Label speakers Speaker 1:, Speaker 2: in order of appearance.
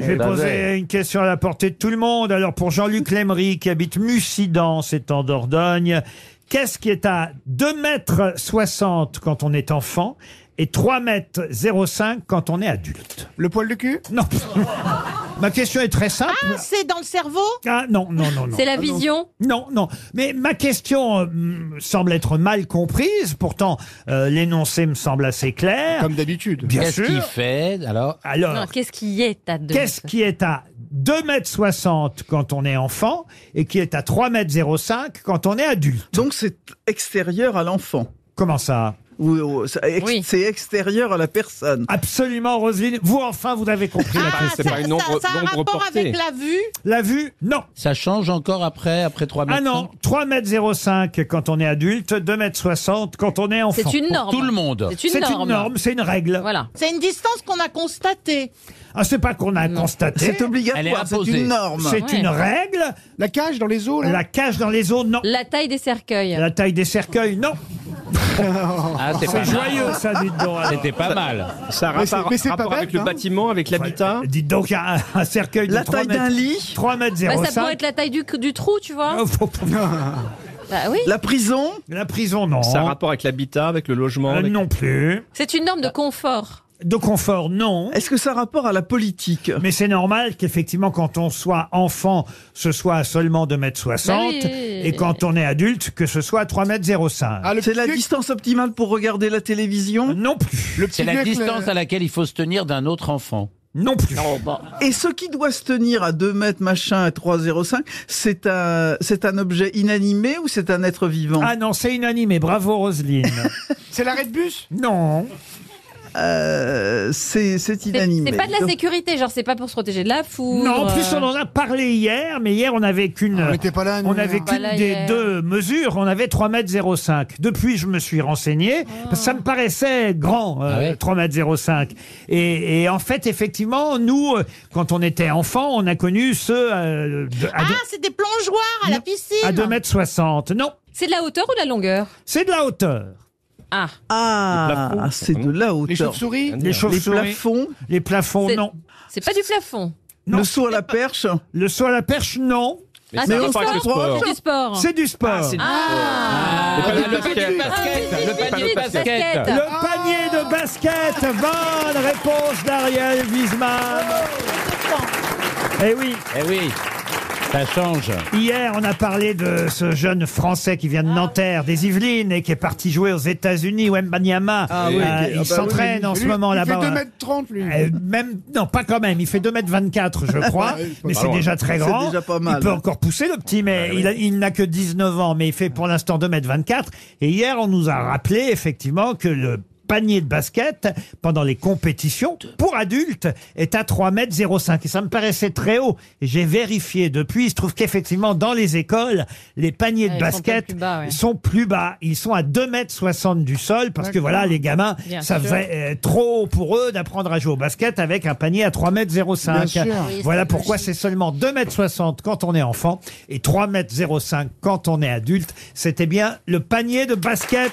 Speaker 1: Je vais poser une question à la portée de tout le monde. Alors, pour Jean-Luc Lémery, qui habite Mussidan, c'est en Dordogne, qu'est-ce qui est à 2 mètres 60 quand on est enfant et 3 mètres 05 quand on est adulte
Speaker 2: Le poil de cul
Speaker 1: Non. ma question est très simple.
Speaker 3: Ah, c'est dans le cerveau
Speaker 1: Ah non, non, non, non.
Speaker 4: C'est la vision
Speaker 1: Non, non. Mais ma question euh, hmm, semble être mal comprise. Pourtant, euh, l'énoncé me semble assez clair.
Speaker 2: Comme d'habitude.
Speaker 1: Bien
Speaker 5: Qu'est-ce qu'il
Speaker 1: sûr.
Speaker 5: fait alors
Speaker 1: Alors,
Speaker 4: Non, qu'est-ce qui est à deux
Speaker 1: Ah. qu'est-ce qui est à 2 mètres 60 quand on est enfant et qui est à 3 mètres 05 quand on est adulte
Speaker 6: Donc c'est extérieur à l'enfant.
Speaker 1: Comment ça
Speaker 6: Ou- ou- C'est ex-
Speaker 4: Oui.
Speaker 6: c'est extérieur à la personne.
Speaker 1: Absolument, Roselyne. Vous, enfin, vous avez compris la
Speaker 3: Ah,
Speaker 1: question.
Speaker 3: ça,
Speaker 7: c'est pas une
Speaker 3: ça-
Speaker 7: ombre-
Speaker 3: ça a un
Speaker 7: l'ombre
Speaker 3: rapport
Speaker 7: portée.
Speaker 3: avec la vue
Speaker 1: La vue Non.
Speaker 5: Ça change encore après après 3 mètres
Speaker 1: Ah non, 3 mètres 05 quand on est adulte, 2 mètres 60 quand on est enfant.
Speaker 4: C'est une norme.
Speaker 5: Tout le monde.
Speaker 4: C'est
Speaker 1: C'est
Speaker 4: une norme.
Speaker 1: une norme, c'est une règle.
Speaker 4: Voilà.
Speaker 3: C'est une distance qu'on a constatée.
Speaker 1: Ah, c'est pas qu'on a
Speaker 4: Non.
Speaker 1: constaté.
Speaker 6: C'est obligatoire, c'est
Speaker 5: imposée.
Speaker 6: une norme.
Speaker 1: C'est
Speaker 4: Ouais.
Speaker 1: une règle.
Speaker 2: La cage dans les eaux, là
Speaker 1: La cage dans les eaux, non.
Speaker 4: La taille des cercueils.
Speaker 1: La taille des cercueils, non.
Speaker 5: Ah, c'est pas
Speaker 1: C'est
Speaker 5: mal.
Speaker 1: joyeux, ça, dites donc. alors.
Speaker 5: C'était pas mal.
Speaker 7: Ça a
Speaker 2: Mais c'est-
Speaker 7: rapport,
Speaker 2: mais c'est pas
Speaker 7: rapport
Speaker 2: bête,
Speaker 7: avec
Speaker 2: hein.
Speaker 7: le bâtiment, avec l'habitat.
Speaker 1: Dites donc, un, un cercueil de
Speaker 6: La
Speaker 1: 3
Speaker 6: taille d'un
Speaker 1: mètres,
Speaker 6: lit,
Speaker 1: 3 mètres Oh,
Speaker 4: Bah,
Speaker 1: 05.
Speaker 4: ça pourrait être la taille du, du trou, tu vois. Bah oui.
Speaker 6: la prison,
Speaker 1: Ah La prison, non.
Speaker 7: Ça a rapport avec l'habitat, avec le logement.
Speaker 1: Euh,
Speaker 7: avec-
Speaker 1: non plus.
Speaker 4: C'est une norme de confort.
Speaker 1: De confort, non.
Speaker 6: est-ce que ça a rapport à la politique
Speaker 1: Mais c'est normal qu'effectivement, quand on soit enfant, ce soit à seulement 2 mètres 60.
Speaker 4: Bah oui.
Speaker 1: Et quand on est adulte, que ce soit à 3 mètres 05.
Speaker 2: Ah, le
Speaker 6: C'est
Speaker 2: petit
Speaker 6: la
Speaker 2: vieux-
Speaker 6: distance optimale pour regarder la télévision
Speaker 1: Ah Non plus.
Speaker 2: le petit
Speaker 5: C'est la
Speaker 2: vieux avec le-
Speaker 5: distance à laquelle il faut se tenir d'un autre enfant.
Speaker 1: Non plus.
Speaker 7: Oh,
Speaker 6: Et ce qui doit se tenir à 2 mètres machin à 3,05, c'est un, c'est un objet inanimé ou c'est un être vivant
Speaker 1: Ah non, c'est inanimé. Bravo, Roselyne.
Speaker 2: C'est l'arrêt de bus
Speaker 1: non.
Speaker 6: Euh, C'est c'est
Speaker 4: C'est
Speaker 6: inanimé. Ah,
Speaker 4: c'est pas de la
Speaker 6: Donc,
Speaker 4: sécurité, genre c'est pas pour se protéger de la foudre.
Speaker 1: Non, en plus,
Speaker 4: euh,
Speaker 1: on en a parlé hier, mais hier, on avait qu'une.
Speaker 2: Ah, On n'était pas là, nous. hein.
Speaker 1: On avait
Speaker 4: Pas
Speaker 1: qu'une
Speaker 4: Bah là
Speaker 1: des
Speaker 4: hier.
Speaker 1: deux mesures, on avait 3 mètres 05. Depuis, je me suis renseigné,
Speaker 4: Oh.
Speaker 1: parce que ça me paraissait grand, euh,
Speaker 5: Ah ouais
Speaker 1: 3 mètres 05. Et, et en fait, effectivement, nous, euh, quand on était enfant, on a connu ceux euh, de- à,
Speaker 3: Ah,
Speaker 1: deux-
Speaker 3: c'est des plongeoires à la piscine.
Speaker 1: à 2 mètres 60. Non,
Speaker 4: C'est de la hauteur ou de la longueur
Speaker 1: c'est de la hauteur.
Speaker 4: Ah,
Speaker 7: Les
Speaker 6: Ah,
Speaker 7: plafonds.
Speaker 6: c'est de la
Speaker 2: Les
Speaker 6: hauteur.
Speaker 2: chauves-souris
Speaker 1: Les
Speaker 6: Les
Speaker 1: chauves-souris,
Speaker 6: plafonds,
Speaker 1: les plafonds,
Speaker 4: C'est-
Speaker 1: non.
Speaker 4: c'est pas du plafond.
Speaker 1: Non.
Speaker 6: le saut à la perche.
Speaker 1: Le saut à la perche, non.
Speaker 7: Mais
Speaker 4: Ah,
Speaker 7: ça
Speaker 4: c'est
Speaker 7: a
Speaker 4: du
Speaker 7: rapport avec le sport.
Speaker 4: C'est du sport.
Speaker 1: C'est du sport.
Speaker 7: Ah, c'est du-
Speaker 4: Ah,
Speaker 7: Le panier de
Speaker 5: le panier de
Speaker 7: basket.
Speaker 5: basket.
Speaker 4: Le
Speaker 5: Le panier de basket.
Speaker 1: Le panier de basket, bonne réponse d'Ariel Wiesmann.
Speaker 4: Oh,
Speaker 1: Eh oui,
Speaker 5: Eh oui, ça change.
Speaker 1: hier on a parlé de ce jeune Français qui
Speaker 6: Ah.
Speaker 1: vient de Nanterre, des Yvelines, et qui est parti jouer aux États-Unis, Wembanyama. Euh,
Speaker 6: Ah oui, ok. Ah bah
Speaker 1: il s'entraîne en
Speaker 2: Lui,
Speaker 1: ce moment là-bas.
Speaker 2: Il fait 2m30, lui.
Speaker 1: Euh, même non pas quand même il fait 2 mètres 24 je crois mais c'est
Speaker 7: loin.
Speaker 1: déjà très
Speaker 6: C'est
Speaker 1: grand
Speaker 6: déjà pas mal.
Speaker 1: il peut encore pousser le petit mais
Speaker 4: Ah
Speaker 1: il, a- il n'a que 19 ans mais il fait pour l'instant 2 mètres 24 et hier on nous a rappelé effectivement que le panier de basket pendant les compétitions pour adultes est à 3 mètres 05 et ça me paraissait très haut et j'ai vérifié depuis il se trouve qu'effectivement dans les écoles les paniers
Speaker 4: Ouais,
Speaker 1: de
Speaker 4: Ah, ils sont un peu
Speaker 1: basket
Speaker 4: plus bas, ouais.
Speaker 1: sont plus bas ils sont à 2 mètres 60 du sol parce que
Speaker 2: D'accord.
Speaker 1: voilà les gamins
Speaker 4: Bien
Speaker 1: ça
Speaker 4: sûr.
Speaker 1: faisait euh, trop haut pour eux d'apprendre à jouer au basket avec un panier à 3 mètres
Speaker 2: Bien
Speaker 1: 05.
Speaker 2: sûr.
Speaker 1: Voilà pourquoi c'est seulement 2 mètres 60 quand on est enfant et 3 mètres 05 quand on est adulte. C'était bien le panier de basket.